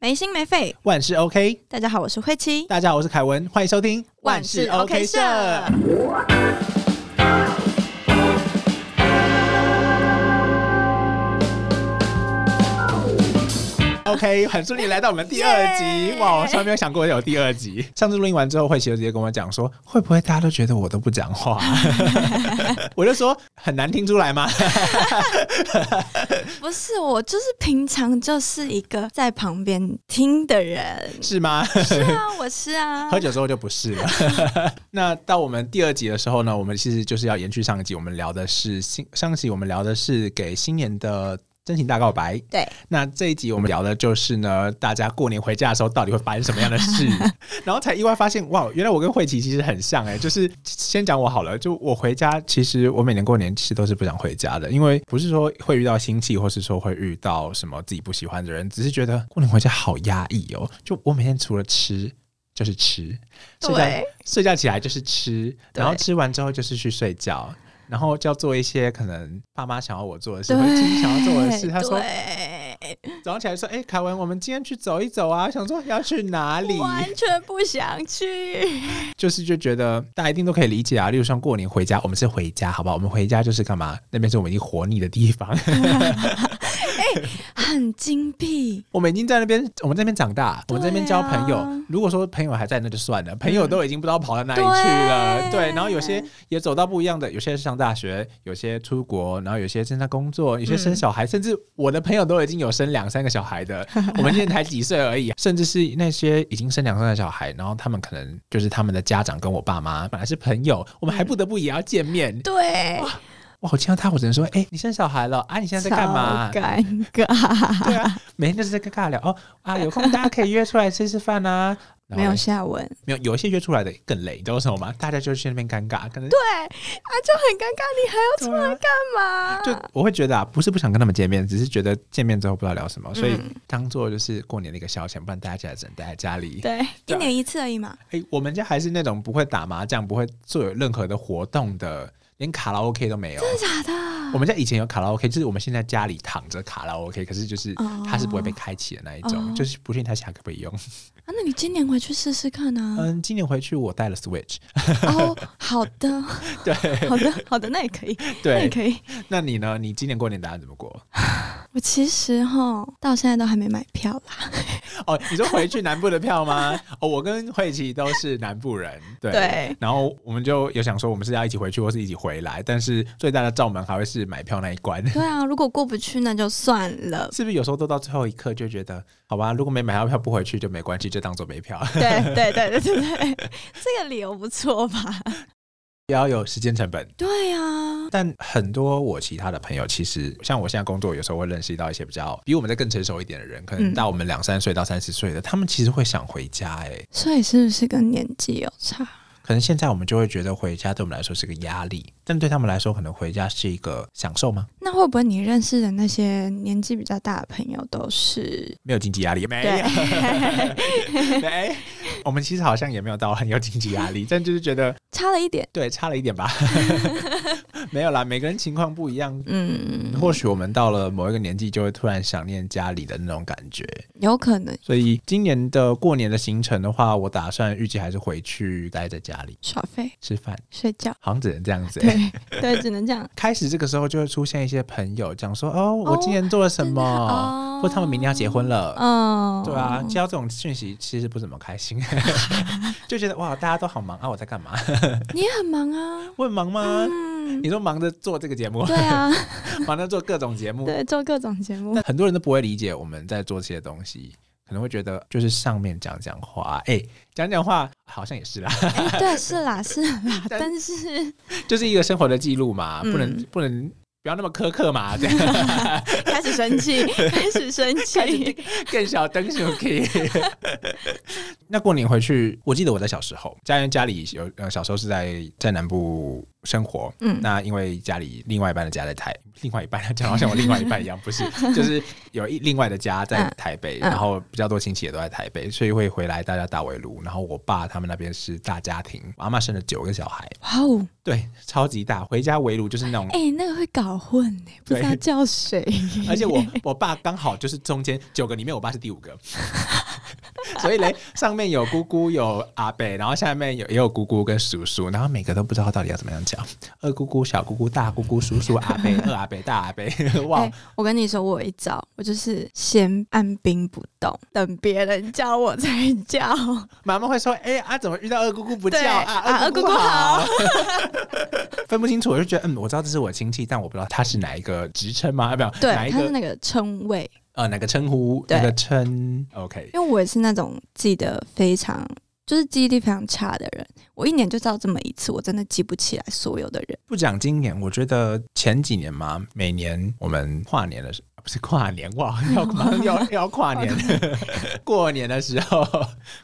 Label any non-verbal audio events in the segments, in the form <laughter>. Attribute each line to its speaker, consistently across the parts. Speaker 1: 没心没肺。
Speaker 2: 万事 OK，
Speaker 1: 大家好，我是慧琪，
Speaker 2: 大家好，我是凯文，欢迎收听OK，很顺利来到我们第二集，
Speaker 1: 耶
Speaker 2: 哇，我从来没有想过有第二集。上次录音完之后，慧琪就直接跟我讲说，会不会大家都觉得我都不讲话？ <laughs> 我就说很难听出来吗？。
Speaker 1: 不是我，就是平常就是一个在旁边听的人
Speaker 2: <laughs> 是吗？
Speaker 1: 是啊，我是啊
Speaker 2: 喝。酒之后就不是了。 <laughs> 那到我们第二集的时候呢，我们其实就是要延续上一集，我们聊的是新上一集我们聊的是给新年的真情大告白。
Speaker 1: 对，
Speaker 2: 那这一集我们聊的就是呢，大家过年回家的时候到底会发生什么样的
Speaker 1: <laughs>
Speaker 2: 事，然后才意外发现，哇，原来我跟慧琪其实很像哎、就是先讲我好了，就我回家，其实我每年过年其实都是不想回家的，因为不是说会遇到亲戚，或是说会遇到什么自己不喜欢的人，只是觉得过年回家好压抑哦，就我每天除了吃。就是吃，睡觉
Speaker 1: 对
Speaker 2: 睡觉起来就是吃，然后
Speaker 1: 对
Speaker 2: 吃完之后就是去睡觉，然后就要做一些可能爸妈想要我做的事，
Speaker 1: 对
Speaker 2: 或者亲戚想要做我的事。他说
Speaker 1: 对，
Speaker 2: 早上起来说：“哎、凯文，我们今天去走一走啊！”想说要去哪里，
Speaker 1: 完全不想去。
Speaker 2: 就是就觉得大家一定都可以理解啊。例如像过年回家，我们是回家，好不好？我们回家就是干嘛？那边是我们已经活腻的地方，
Speaker 1: 很精辟，
Speaker 2: 我们已经在那边，我们在那边长大，我们在那边交朋友。
Speaker 1: 对啊嗯
Speaker 2: 如果说朋友还在，那就算了，朋友都已经不知道跑到哪里去了。
Speaker 1: 对
Speaker 2: 对，然后有些也走到不一样的，有些是上大学，有些出国，然后有些正在工作，有些
Speaker 1: 嗯
Speaker 2: 生小孩，甚至我的朋友都已经有生两三个小孩
Speaker 1: <laughs>
Speaker 2: 的，我们现在才几岁而已，甚至是那些已经生两三个小孩，然后他们可能就是他们的家长跟我爸妈本来是朋友，
Speaker 1: 嗯
Speaker 2: 我们还不得不也要见面。
Speaker 1: 对，
Speaker 2: 哇，我见到他，我只能说，哎、你生小孩了啊？你现在在干嘛？
Speaker 1: 超尴尬，
Speaker 2: 对啊，每天就是在尬聊哦啊，有空大家可以约出来吃吃饭啊。
Speaker 1: <laughs>
Speaker 2: 然
Speaker 1: 没有
Speaker 2: 后呢
Speaker 1: 下文。
Speaker 2: 没有，有一些约出来的更累，你知道为什么吗？大家就去那边尴尬，可能
Speaker 1: 对啊，就很尴尬，你还要出来干嘛？
Speaker 2: 就我会觉得啊，不是不想跟他们见面，只是觉得见面之后不知道聊什
Speaker 1: 嗯
Speaker 2: 么，所以当做就是过年的一个消遣，不然大家就只能待在家里。
Speaker 1: 对，一年一次而已嘛。
Speaker 2: 哎，我们家还是那种不会打麻将、不会做有任何的活动的，连卡拉 OK 都没有。
Speaker 1: 真的假的？
Speaker 2: 我们家以前有卡拉 OK，就是我们现在家里躺着卡拉 OK，可是就是
Speaker 1: 哦
Speaker 2: 它是不会被开启的那一种，
Speaker 1: 哦
Speaker 2: 就是不信它下可不可以用。
Speaker 1: 啊，那你今年回去试试看啊。
Speaker 2: 嗯，今年回去我带了 Switch，嗯
Speaker 1: 哦，好的，
Speaker 2: <laughs> 对，
Speaker 1: <laughs> 好的，好的，那也可以，那也
Speaker 2: 对，
Speaker 1: 可以。
Speaker 2: 那你呢？你今年过年打算怎么过？
Speaker 1: <laughs> 我其实哈到现在都还没买票啦。
Speaker 2: 哦，你说回去南部的票吗？ <laughs> 哦，我跟慧琪都是南部人，对。
Speaker 1: 对
Speaker 2: 然后我们就有想说，我们是要一起回去，或是一起回来，但是最大的罩门还会是买票那一关。 <laughs>
Speaker 1: 对啊，如果过不去那就算了。
Speaker 2: 是不是有时候都到最后一刻就觉得，好吧，如果没买到票不回去就没关系，就 <laughs> 当做没票，
Speaker 1: <laughs> 对对对对对对， <laughs> 这个理由不错吧？
Speaker 2: 也要有时间成本。
Speaker 1: 对啊，
Speaker 2: 但很多我其他的朋友，其实像我现在工作，有时候会认识到一些比较比我们在更成熟一点的人，可能
Speaker 1: 嗯
Speaker 2: 到我们两三岁到三十岁的，他们其实会想回家、欸。哎，
Speaker 1: 所以是不是跟年纪有差？
Speaker 2: 可能现在我们就会觉得回家对我们来说是个压力，但对他们来说，可能回家是一个享受吗？
Speaker 1: 那会不会你认识的那些年纪比较大的朋友都是？
Speaker 2: 没有经济压力，没有，没。哎我们其实好像也没有到很有经济压力，但就是觉得
Speaker 1: 差了一点。
Speaker 2: 对差了一点吧。没有啦，每个人情况不一样。
Speaker 1: 嗯，
Speaker 2: 或许我们到了某一个年纪，就会突然想念家里的那种感觉。
Speaker 1: 有可能
Speaker 2: 所以今年的过年的行程的话，我打算预计还是回去待在家里
Speaker 1: 耍废、
Speaker 2: 吃饭，
Speaker 1: 睡觉。
Speaker 2: 好像只能这样子、欸。
Speaker 1: 对对，只能这样。
Speaker 2: 开始这个时候就会出现一些朋友讲说：“哦，我
Speaker 1: 哦
Speaker 2: 今年做了 <laughs> 什么？”
Speaker 1: 哦
Speaker 2: 或他们明天要结婚了。
Speaker 1: 嗯，
Speaker 2: 对啊， <laughs> 接到这种讯息其实不怎么
Speaker 1: <laughs>
Speaker 2: 开心，就觉得哇，大家都好忙啊，我在干嘛？
Speaker 1: 你也很忙啊。
Speaker 2: 我很忙吗？
Speaker 1: 嗯，
Speaker 2: 你说忙着做这个节目，
Speaker 1: 对啊， <laughs>
Speaker 2: 忙着做各种节目，
Speaker 1: 对，做各种节目
Speaker 2: 但。很多人都不会理解我们在做这些东西，可能会觉得就是上面讲讲话，哎、讲讲话好像也是啦，
Speaker 1: <laughs> 哎， <laughs> 对，是 <laughs> 啦，是啦，
Speaker 2: 但
Speaker 1: 但是
Speaker 2: 就是一个生活的记录嘛，不能、
Speaker 1: 嗯
Speaker 2: 不能不要那么苛刻嘛，这样
Speaker 1: <laughs> 开始生气，开始生气，
Speaker 2: 更小灯是 OK。 <laughs> 那过年回去，我记得我在小时候，家人家里有呃小时候是在在南部生活，
Speaker 1: 嗯
Speaker 2: 那因为家里另外一半的家在台， <laughs> 另外一半讲得好像我另外一半一样，不
Speaker 1: <laughs>
Speaker 2: 是，就是有一另外的家在
Speaker 1: 嗯
Speaker 2: 台北，
Speaker 1: 嗯
Speaker 2: 然后比较多亲戚也都在台北，所以会回来大家打围炉，然后我爸他们那边是大家庭，我阿妈生了九个小孩，
Speaker 1: 哇哦，
Speaker 2: 对，超级大，回家围炉就是那种
Speaker 1: 哎、那个会搞混哎、不知道
Speaker 2: 对
Speaker 1: 叫 <laughs> 谁。
Speaker 2: 而且我我爸刚好就是中间九个里面，我爸是第五个， <laughs> 所以嘞，上面有姑姑有阿伯，然后下面有也有姑姑跟叔叔，然后每个都不知道到底要怎么样讲，二姑姑、小姑姑、大姑姑、叔叔、阿伯、二阿伯、大阿伯，哇！
Speaker 1: 哎我跟你说，我有一招，我就是先按兵不动，等别人叫我才 <laughs> 叫。
Speaker 2: 妈妈会说：“哎、啊，怎么遇到二姑姑不叫
Speaker 1: 对
Speaker 2: 啊？
Speaker 1: 啊
Speaker 2: 二
Speaker 1: 二姑姑
Speaker 2: 好”
Speaker 1: 好。
Speaker 2: <laughs> 分不清楚，我就觉得，嗯，我知道这是我亲戚，但我不知道他是哪一个职称吗？啊，不，
Speaker 1: 对
Speaker 2: 哪，一
Speaker 1: 他是
Speaker 2: 个
Speaker 1: 那个称谓，
Speaker 2: 呃，哪个称呼，
Speaker 1: 对
Speaker 2: 哪个称？OK，
Speaker 1: 因为我也是那种记得非常。就是记忆力非常差的人，我一年就知道这么一次，我真的记不起来所有的人。
Speaker 2: 不讲今年，我觉得前几年嘛，每年我们跨年的时啊候，不是跨年哇，要马上 <laughs> 要要跨年， <laughs> 过年的时候，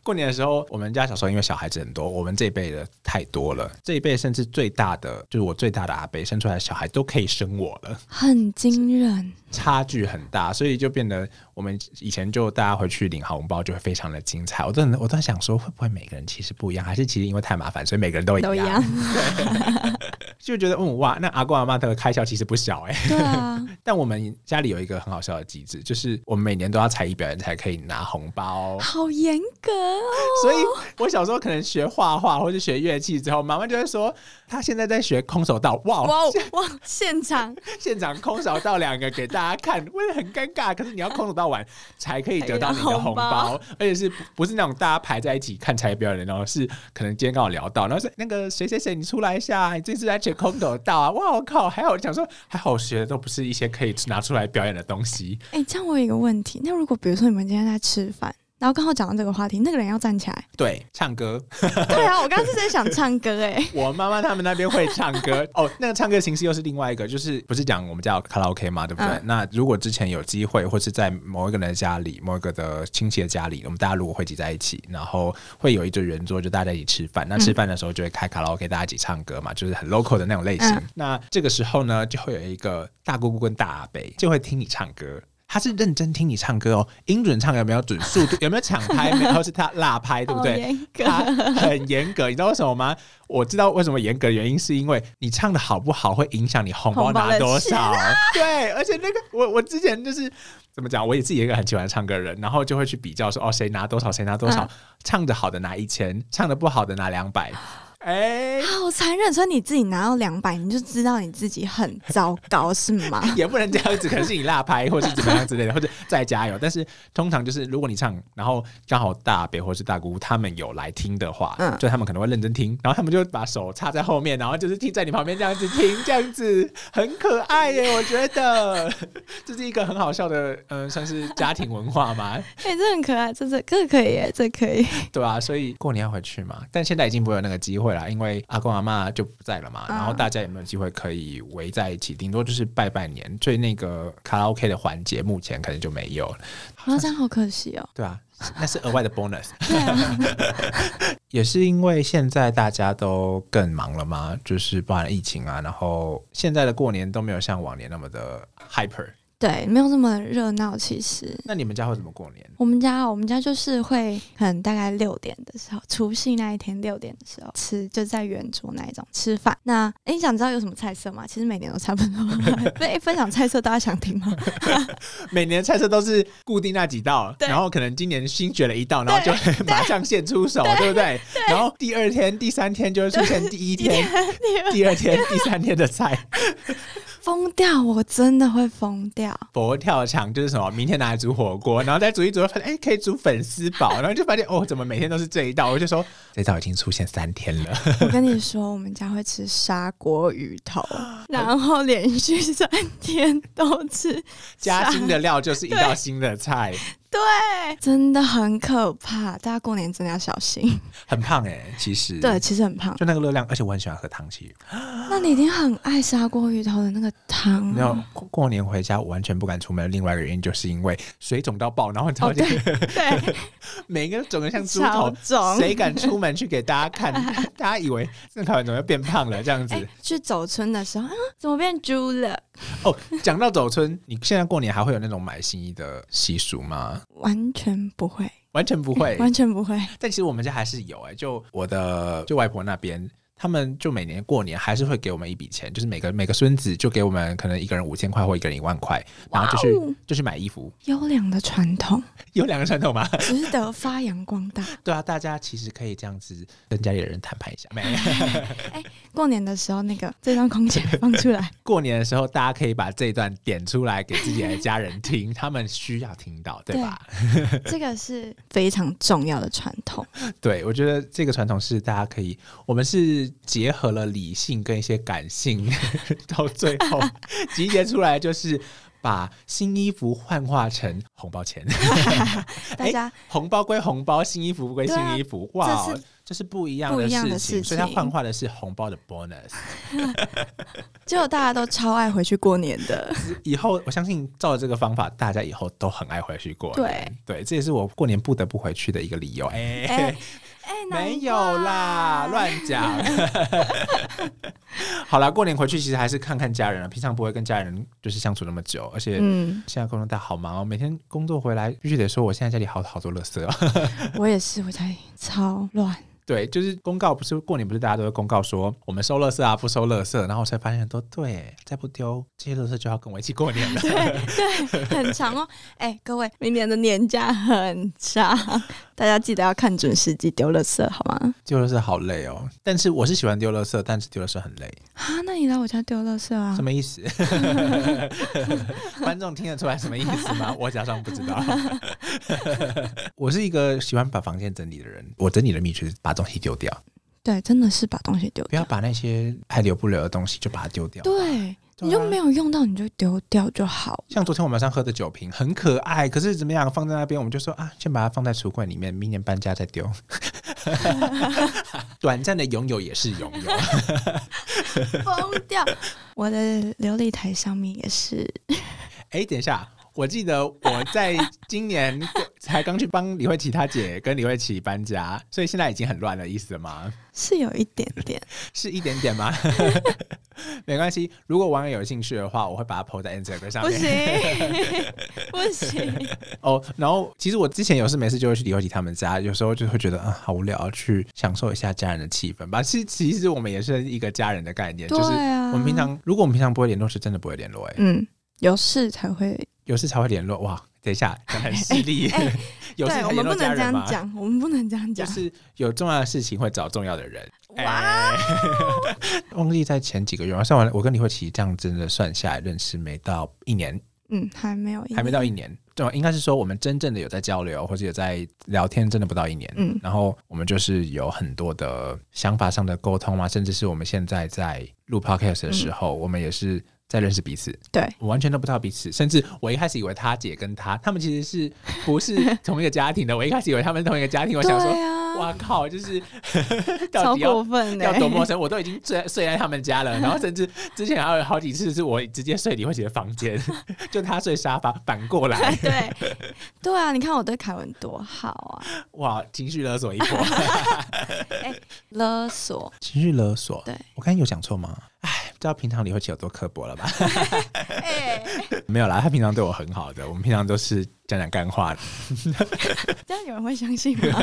Speaker 2: 过年的时候，我们家小时候因为小孩子很多，我们这一辈的太多了，这一辈甚至最大的就是我最大的阿伯生出来的小孩都可以生我了。
Speaker 1: 很惊人，
Speaker 2: 差距很大，所以就变得我们以前就大家回去领红包就会非常的精彩。我都很我都在想说，会不会每个人其实不一样，还是其实因为太麻烦，所以每个人都一样？
Speaker 1: 都一样
Speaker 2: 对就觉得嗯哇，那阿公阿妈的开销其实不小哎、
Speaker 1: 对啊，
Speaker 2: 但我们家里有一个很好笑的机制，就是我们每年都要才艺表演才可以拿红包。
Speaker 1: 好严格哦。
Speaker 2: 所以我小时候可能学画画或是学乐器之后，妈妈就会说她现在在学空手道，哇，
Speaker 1: 哇哦哇，现场
Speaker 2: 现场空手道两个给大家看，会很尴尬。可是你要空手道玩才可以得到你的红包，
Speaker 1: <laughs>
Speaker 2: 而且是不不是那种大家排在一起看才艺表演的那种，是可能今天刚好聊到，然后说那个谁谁谁你出来一下，你这次来学空手道啊！哇，我靠，还好我想说还好我学的都不是一些可以拿出来表演的东西。
Speaker 1: 哎、这样我有一个问题，那如果比如说你们今天在吃饭，然后刚好讲到这个话题，那个人要站起 <laughs> 来。
Speaker 2: 对，唱歌，
Speaker 1: 对啊，我刚刚是在想唱歌哎、
Speaker 2: 我妈妈他们那边会唱歌
Speaker 1: <laughs>
Speaker 2: 哦，那个唱歌形式又是另外一个，就是不是讲我们家有卡拉 OK 嘛，对不对？
Speaker 1: 嗯
Speaker 2: 那如果之前有机会，或是在某一个人的家里、某一个的亲戚的家里，我们大家如果会挤在一起，然后会有一桌圆桌，就大家一起吃饭。
Speaker 1: 嗯
Speaker 2: 那吃饭的时候就会开卡拉 OK，大家一起唱歌嘛，就是很 local 的那种类型。
Speaker 1: 嗯
Speaker 2: 那这个时候呢，就会有一个大姑姑跟大阿伯就会听你唱歌。他是认真听你唱歌哦，音准唱有没有准，速度有没有抢拍，然后是他落拍，对不对？
Speaker 1: 好严格，啊
Speaker 2: 他很严格，你知道为什么吗？我知道为什么严格的原因，是因为你唱的好不好会影响你红包
Speaker 1: 红包的
Speaker 2: 拿多少。 <laughs> 对，而且那个我我之前就是怎么讲，我也自己也一个很喜欢唱歌的人，然后就会去比较说哦，谁拿多少，谁拿多少，
Speaker 1: 嗯
Speaker 2: 唱的好的拿一千，唱的不好的拿
Speaker 1: <laughs>
Speaker 2: 两百。哎、
Speaker 1: 好残忍！所以你自己拿到两百，你就知道你自己很糟糕，是吗？
Speaker 2: <laughs> 也不能这样子，可能是你落拍或是怎么样之类的，或者再加油。但是通常就是如果你唱，然后刚好大伯或是大姑他们有来听的话，
Speaker 1: 嗯
Speaker 2: 就他们可能会认真听，然后他们就把手插在后面，然后就是听在你旁边这样子听，这样子很可爱耶，我觉得 <laughs> 这是一个很好笑的，嗯、算是家庭文化嘛，
Speaker 1: <laughs> 哎、这很可爱，这这这可以耶，这可以。
Speaker 2: 对吧、所以过年要回去嘛，但现在已经不会有那个机会了，因为阿公阿妈就不在了嘛。
Speaker 1: 嗯
Speaker 2: 然后大家也没有机会可以围在一起，顶多就是拜拜年。所以那个卡拉 OK 的环节，目前可能就没有了，
Speaker 1: 然后这样好可惜哦。
Speaker 2: 对啊，那是额外的 bonus。
Speaker 1: 对 <laughs> 啊，
Speaker 2: 也是因为现在大家都更忙了嘛，就是包含疫情啊，然后现在的过年都没有像往年那么的 hyper。
Speaker 1: 对，没有那么热闹。其实
Speaker 2: 那你们家会怎么过年？
Speaker 1: 我们家，我们家就是会可能大概六点的时候，除夕那一天六点的时候吃，就在圆桌那一种吃饭。那、诶你想知道有什么菜色吗？其实每年都差不多。 <laughs> 不是、诶分享菜色，大家想听吗？
Speaker 2: 每年菜色都是固定那几道，
Speaker 1: 对
Speaker 2: 然后可能今年新学了一道，然后就会马上现出手，对不对？然后第二天、第三天就会出现第一天、
Speaker 1: 你们
Speaker 2: <laughs> 第二天、第三天的菜。
Speaker 1: 疯掉，我真的会疯掉。
Speaker 2: 佛跳墙就是什么？明天拿来煮火锅，然后再煮一煮，发现哎、可以煮粉丝煲，然后就发现哦，怎么每天都是这一道？我就说 <laughs> 这道已经出现三天了。 <laughs>
Speaker 1: 我跟你说，我们家会吃砂锅鱼头， <laughs> 然后连续三天都吃
Speaker 2: 加
Speaker 1: 砂
Speaker 2: 新的料就是一道新的菜，
Speaker 1: 对，真的很可怕，大家过年真的要小心。
Speaker 2: 很胖哎、其实
Speaker 1: 对，，其实很胖。
Speaker 2: 就那个热量，而且我很喜欢喝汤汁。
Speaker 1: 那你一定很爱砂锅鱼头的那个汤、
Speaker 2: 没有
Speaker 1: <laughs> 啊。
Speaker 2: 过过年回家，我完全不敢出门。另外一个原因就是因为水肿到爆，然后你知道、
Speaker 1: 哦，对对，
Speaker 2: <laughs> 每个人肿得像猪
Speaker 1: 超
Speaker 2: 头，
Speaker 1: 重。
Speaker 2: 谁敢出门去给大家
Speaker 1: <laughs>
Speaker 2: 看？大家以为郑凯文怎么又变胖了这样子
Speaker 1: 哎、？去走村的时候啊，怎么变猪了？
Speaker 2: 哦，讲到走村，你现在过年还会有那种买新衣的习俗吗？
Speaker 1: 完全不会，
Speaker 2: 完全不会，
Speaker 1: 哎完全不会。
Speaker 2: 但其实我们家还是有哎、就我的就外婆那边。他们就每年过年还是会给我们一笔钱，就是每个每个孙子就给我们可能一个人五千块或一个人一万块，然后就去、
Speaker 1: 哇哦
Speaker 2: 就去买衣服。
Speaker 1: 优良的传
Speaker 2: <laughs>
Speaker 1: 统，
Speaker 2: 有两个传统吗？
Speaker 1: 值得发扬光大。
Speaker 2: 对啊，大家其实可以这样子跟家里的人谈判一下。没，
Speaker 1: 过年的时候，那个这张空姐放出
Speaker 2: <laughs>
Speaker 1: 来，
Speaker 2: <laughs> 过年的时候大家可以把这一段点出来给自己的家人
Speaker 1: <laughs>
Speaker 2: 听，他们需要听到，对吧？
Speaker 1: 这个是非常重要的传统。
Speaker 2: 对，我觉得这个传统是大家可以，我们是结合了理性跟一些感性， <laughs> 到最后 <laughs> 集结出来就是。把新衣服幻化成红包
Speaker 1: <laughs>
Speaker 2: 钱，哎
Speaker 1: 大家、
Speaker 2: 红包归红包，新衣服归新
Speaker 1: 对啊
Speaker 2: 衣服，哇
Speaker 1: 这
Speaker 2: 哦
Speaker 1: 是，
Speaker 2: 这是不一样的
Speaker 1: 不一样的
Speaker 2: 事情，
Speaker 1: 事
Speaker 2: 所以它
Speaker 1: 情
Speaker 2: 幻化的是红包的 bonus。
Speaker 1: 结果大家都超爱回去过年的，
Speaker 2: 以后我相信照着这个方法，大家以后都很爱回去过年。对，这也是我过年不得不回去的一个理由。 <laughs> 哎、
Speaker 1: 哎哎、
Speaker 2: 没有啦，
Speaker 1: 难怪
Speaker 2: 乱讲。 <laughs> 好啦，过年回去其实还是看看家人啊，平常不会跟家人就是相处那么久，而且
Speaker 1: 嗯，
Speaker 2: 现在工作大好忙哦，每天工作回来必须得说，我现在家里好好多垃圾哦。 <laughs>
Speaker 1: 我也是，我才超乱。
Speaker 2: 对，就是公告不是过年不是大家都会公告说我们收垃圾啊，不收垃圾，然后我才发现都对，再不丢这些垃圾就要跟我一起过年了。
Speaker 1: 很长哦。 <laughs> 哎、各位，明年的年假很长，大家记得要看准时机丢垃圾，好吗？
Speaker 2: 丢垃圾好累哦，但是我是喜欢丢垃圾，但是丢垃圾很累，
Speaker 1: 啊，那你来我家丢垃圾啊
Speaker 2: 什？么
Speaker 1: <laughs>
Speaker 2: 意思？观众听得出来什么意思吗？我假装不知道。 <laughs> 我是一个喜欢把房间整理的人，我整理的秘诀是把东西丢掉，
Speaker 1: 对，真的是把东西丢
Speaker 2: 不要
Speaker 1: 掉。
Speaker 2: 把那些还留不留的东西就把它丢掉。
Speaker 1: 对，你就没
Speaker 2: 有。
Speaker 1: 有用到，你就丢掉就 <laughs> 好。
Speaker 2: 像昨天我晚上喝的酒瓶很可爱，可是怎么样放在那边，我们就说啊，先把它放在橱柜里面，明年搬家再
Speaker 1: <laughs>
Speaker 2: 丢。短暂的拥有也是拥有。
Speaker 1: 疯掉！我的琉璃台上面也是，
Speaker 2: 哎，等一下，我记得我在今年才刚去帮李慧琪她姐跟李慧琪搬家，所以现在已经很乱的意思了吗？
Speaker 1: 是有一点
Speaker 2: <laughs>
Speaker 1: 点。
Speaker 2: 是一点点吗？ <laughs> 没关系，如果网友有兴趣的话，我会把它 PO 在 Instagram 上
Speaker 1: 不
Speaker 2: 面。
Speaker 1: 行，不行，
Speaker 2: <laughs> 哦，然后其实我之前有事没事就会去李慧琪他们家，有时候就会觉得啊好无聊，去享受一下家人的气氛吧。其实其实我们也是一个家人的概念，就是
Speaker 1: 对啊
Speaker 2: 我们平常如果我们平常不会联络，是真的不会联络、欸。
Speaker 1: 嗯，有事才会。
Speaker 2: 有事才会联络。哇，等一下，讲得很犀利，
Speaker 1: 哎哎
Speaker 2: <laughs> 有事
Speaker 1: 对，
Speaker 2: 才
Speaker 1: 我
Speaker 2: 联
Speaker 1: 们
Speaker 2: 络
Speaker 1: 不
Speaker 2: 家
Speaker 1: 能这
Speaker 2: 人吗
Speaker 1: 样？讲，我们不能这样
Speaker 2: 就
Speaker 1: 讲。
Speaker 2: 是有重要的事情会找重要的人。
Speaker 1: 哇，
Speaker 2: 哎 <laughs> 忘记在前几个月嘛，上完我跟李慧琪这样真的算下来认识没到一年，
Speaker 1: 嗯，还没有，
Speaker 2: 还没到一年，对，啊应该是说我们真正的有在交流或者有在聊天，真的不到一年。
Speaker 1: 嗯
Speaker 2: 然后我们就是有很多的想法上的沟通啊嘛，甚至是我们现在在录 podcast 的时候，我们也是在认识彼此。
Speaker 1: 对，
Speaker 2: 我完全都不知道彼此，甚至我一开始以为他姐跟他，他们其实是不是同一个家庭的？我一开始以为他们是同一个家庭，我想说，
Speaker 1: 对啊，
Speaker 2: <laughs> 哇靠，就是到
Speaker 1: 超
Speaker 2: 底要
Speaker 1: 过分
Speaker 2: 要
Speaker 1: 哎、 <laughs>
Speaker 2: 多陌生，我都已经睡睡在他们家了，然后甚至之前还有好几次是我直接睡李慧姐的房间， <laughs> 就她睡沙发，反过 <laughs> 来，
Speaker 1: 对对啊，你看我对凯文多好啊，
Speaker 2: 哇，情绪勒索一波，
Speaker 1: 勒索，
Speaker 2: <laughs> 情绪勒索，
Speaker 1: 对
Speaker 2: 我刚才有讲错吗？哎，不知道平常李慧姐有多刻薄了吧？
Speaker 1: 哎、
Speaker 2: <laughs> 没有啦，她平常对我很好的，我们平常都是讲讲干话，
Speaker 1: 这样有人会相信
Speaker 2: <laughs>
Speaker 1: 吗？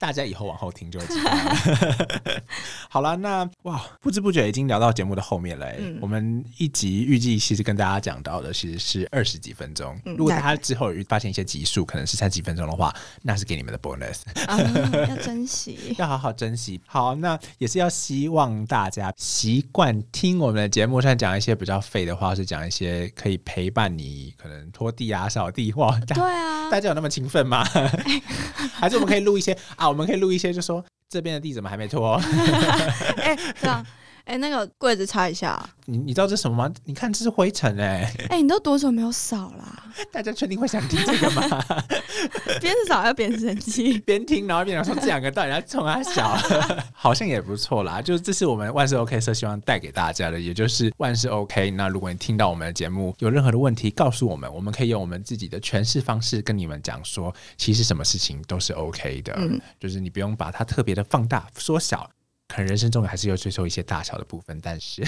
Speaker 2: 大家以后往后听就会知道
Speaker 1: <laughs>
Speaker 2: <laughs> 了。好了，那哇，不知不觉已经聊到节目的后面了、欸。
Speaker 1: 嗯
Speaker 2: 我们一集预计其实跟大家讲到的其实是二十几分钟。
Speaker 1: 嗯
Speaker 2: 如果大家之后有发现一些集数可能是三十几分钟的话，那是给你们的 bonus， <laughs>
Speaker 1: 啊，要珍惜，
Speaker 2: 要好好珍惜。好，那也是要希望大家习惯听我们的节目，虽然讲一些比较废的话，是讲一些可以陪伴你可能拖地啊、扫地哇，大
Speaker 1: 对啊，
Speaker 2: 大家有那么勤奋吗？ <laughs> 还是我们可以录一些啊？我们可以录一些，就说这边的地怎么还没拖？
Speaker 1: 哎、对啊。哎、哎、那个柜子擦一下。
Speaker 2: <laughs> 你你知道这是什么吗？你看这是灰尘哎、
Speaker 1: 哎、你都多久没有扫啦？
Speaker 2: <laughs> 大家确定会想听这个吗？
Speaker 1: 边扫要边生
Speaker 2: <laughs>
Speaker 1: 气。
Speaker 2: 边听然后边想说这两个到底在冲他小， <laughs> 好像也不错啦。就是这是我们万事 OK 社希望带给大家的，也就是万事 OK。那如果你听到我们的节目有任何的问题，告诉我们，我们可以用我们自己的诠释方式跟你们讲说，其实什么事情都是 OK 的，
Speaker 1: 嗯
Speaker 2: 就是你不用把它特别的放大缩小。可能人生中还是要追求一些大小的部分，但是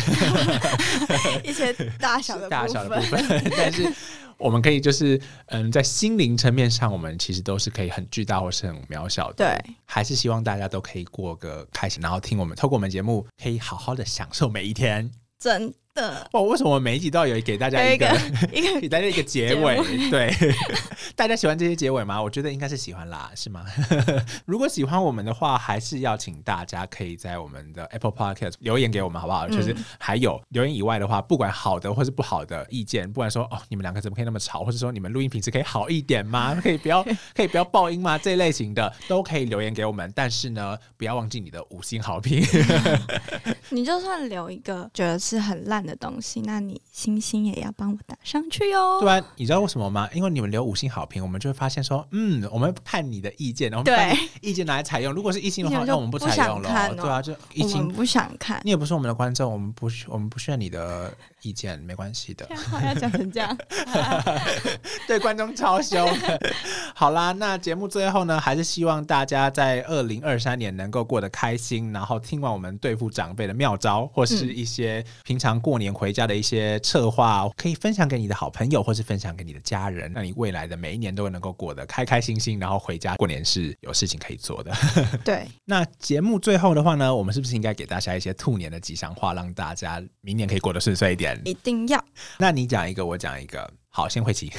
Speaker 1: 一些大小的
Speaker 2: 大
Speaker 1: 部
Speaker 2: 小的
Speaker 1: 分
Speaker 2: 部，分，但是我们可以就是嗯，在心灵层面上，我们其实都是可以很巨大或是很渺小的。
Speaker 1: 对，
Speaker 2: 还是希望大家都可以过个开心，然后听我们透过我们节目，可以好好的享受每一天。
Speaker 1: 真的。
Speaker 2: 哦，为什么我们每一集都要有给大家
Speaker 1: 有
Speaker 2: 一
Speaker 1: 一
Speaker 2: 个
Speaker 1: 个一
Speaker 2: <laughs>
Speaker 1: 个
Speaker 2: 给大家一个结尾？对， <laughs> 大家喜欢这些结尾吗？我觉得应该是喜欢啦，是吗？ <laughs> 如果喜欢我们的话，还是要请大家可以在我们的 Apple Podcast 留言给我们，好不好？就是还有留言以外的话，不管好的或是不好的意见，不管说哦，你们两个怎么可以那么吵，或者说你们录音品质可以好一点吗？可以不要可以不要爆音吗？这一类型的都可以留言给我们，但是呢，不要忘记你的五星好评。
Speaker 1: 你就算留一个觉得是很烂的东西，那你星星也要帮我打上去哦哟。
Speaker 2: 对啊，你知道为什么吗？因为你们留五星好评，我们就会发现说，嗯，我们看你的意见，然后我们
Speaker 1: 对
Speaker 2: 把你意见拿来采用。如果是一星的
Speaker 1: 一
Speaker 2: 话，
Speaker 1: 星就
Speaker 2: 那我们不
Speaker 1: 不
Speaker 2: 采
Speaker 1: 想
Speaker 2: 用
Speaker 1: 看哦
Speaker 2: 了。对啊，就一
Speaker 1: 我们
Speaker 2: 星，
Speaker 1: 不想看，
Speaker 2: 你也不是我们的观众，我们不需我们不需要你的意见，没关系的
Speaker 1: 这。样话要讲成这 <laughs> 样，
Speaker 2: <laughs> 对观众超凶的。 <laughs> 好啦，那节目最后呢，还是希望大家在二零二三年能够过得开心，然后听完我们对付长辈的妙招，或是一些平常过年回家的一些策划，可以分享给你的好朋友，或是分享给你的家 <laughs> 人，让你未来的每一年都能够过得开开心心，然后回家过年是有事情可以做的。 <laughs>
Speaker 1: 对，
Speaker 2: 那节目最后的话呢，我们是不是应该给大家一些兔年的吉祥话，让大家明年可以过得顺遂一点？
Speaker 1: 一定要。
Speaker 2: 那你讲一个，我讲一个。好，先会齐。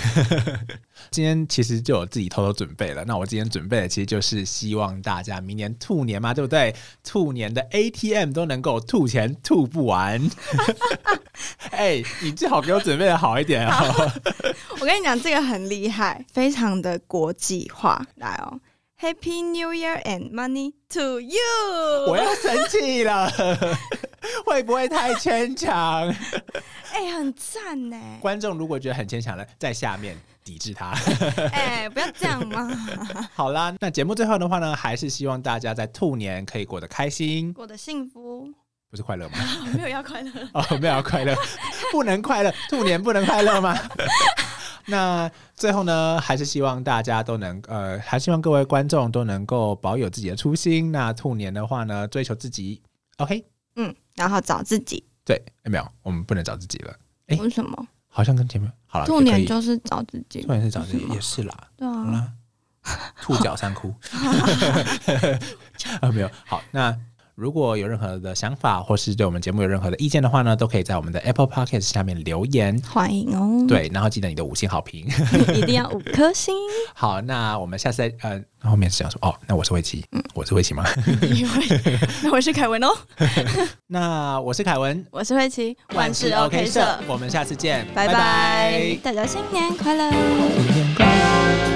Speaker 2: <laughs> 今天其实就有自己偷偷准备了。那我今天准备的其实就是希望大家明年兔年嘛，对不对？兔年的 ATM 都能够吐钱吐不完。 <laughs> 哎、你最好给我准备的好一点哦。
Speaker 1: 我跟你讲，这个很厉害，非常的国际化。来哦，Happy New Year and money to
Speaker 2: <laughs>
Speaker 1: you！
Speaker 2: 我要生气了，会不会太牵强？。
Speaker 1: 哎、很赞呢
Speaker 2: 观众如果觉得很牵强了，在下面抵制他。 <laughs>
Speaker 1: 哎、不要这样嘛， <laughs>
Speaker 2: 好啦，那节目最后的话呢，还是希望大家在兔年可以过得开心，
Speaker 1: 过得幸福，
Speaker 2: 不是快乐吗？
Speaker 1: 我没有要快乐。
Speaker 2: 哦，没有要快乐，不能快乐，兔年不能快乐 <laughs> 吗？那最后呢，还是希望大家都能呃，还希望各位观众都能够保有自己的初心。那兔年的话呢，追求自己，OK？
Speaker 1: 嗯，然后找自己，
Speaker 2: 对，诶没有，我们不能找自己了，哎
Speaker 1: 为什么？
Speaker 2: 好像跟前面好了，
Speaker 1: 兔
Speaker 2: 也可
Speaker 1: 年
Speaker 2: 以
Speaker 1: 就是找自己
Speaker 2: 兔，年是找自己
Speaker 1: 是吗
Speaker 2: 也是啦，
Speaker 1: 对
Speaker 2: 好
Speaker 1: 啊，
Speaker 2: 啦，兔脚三窟 <laughs> 啊，没有好那。如果有任何的想法，或是对我们节目有任何的意见的话呢，都可以在我们的 Apple Podcast 下面留言。
Speaker 1: 欢迎哦。，
Speaker 2: 对，然后记得你的五星好评。
Speaker 1: <laughs>
Speaker 2: <laughs>
Speaker 1: 一定要五颗 <laughs> 星。
Speaker 2: 好，那我们下次再呃，后面是讲什么？哦，那我是魏琪，
Speaker 1: 嗯
Speaker 2: 我是魏琪吗？ <laughs>
Speaker 1: 因为我是凯文哦，
Speaker 2: 那我是凯文，
Speaker 1: 我是慧琪，万事 OK 社，
Speaker 2: 我们下次见，
Speaker 1: 拜拜，大家新年快乐！
Speaker 2: 新年快乐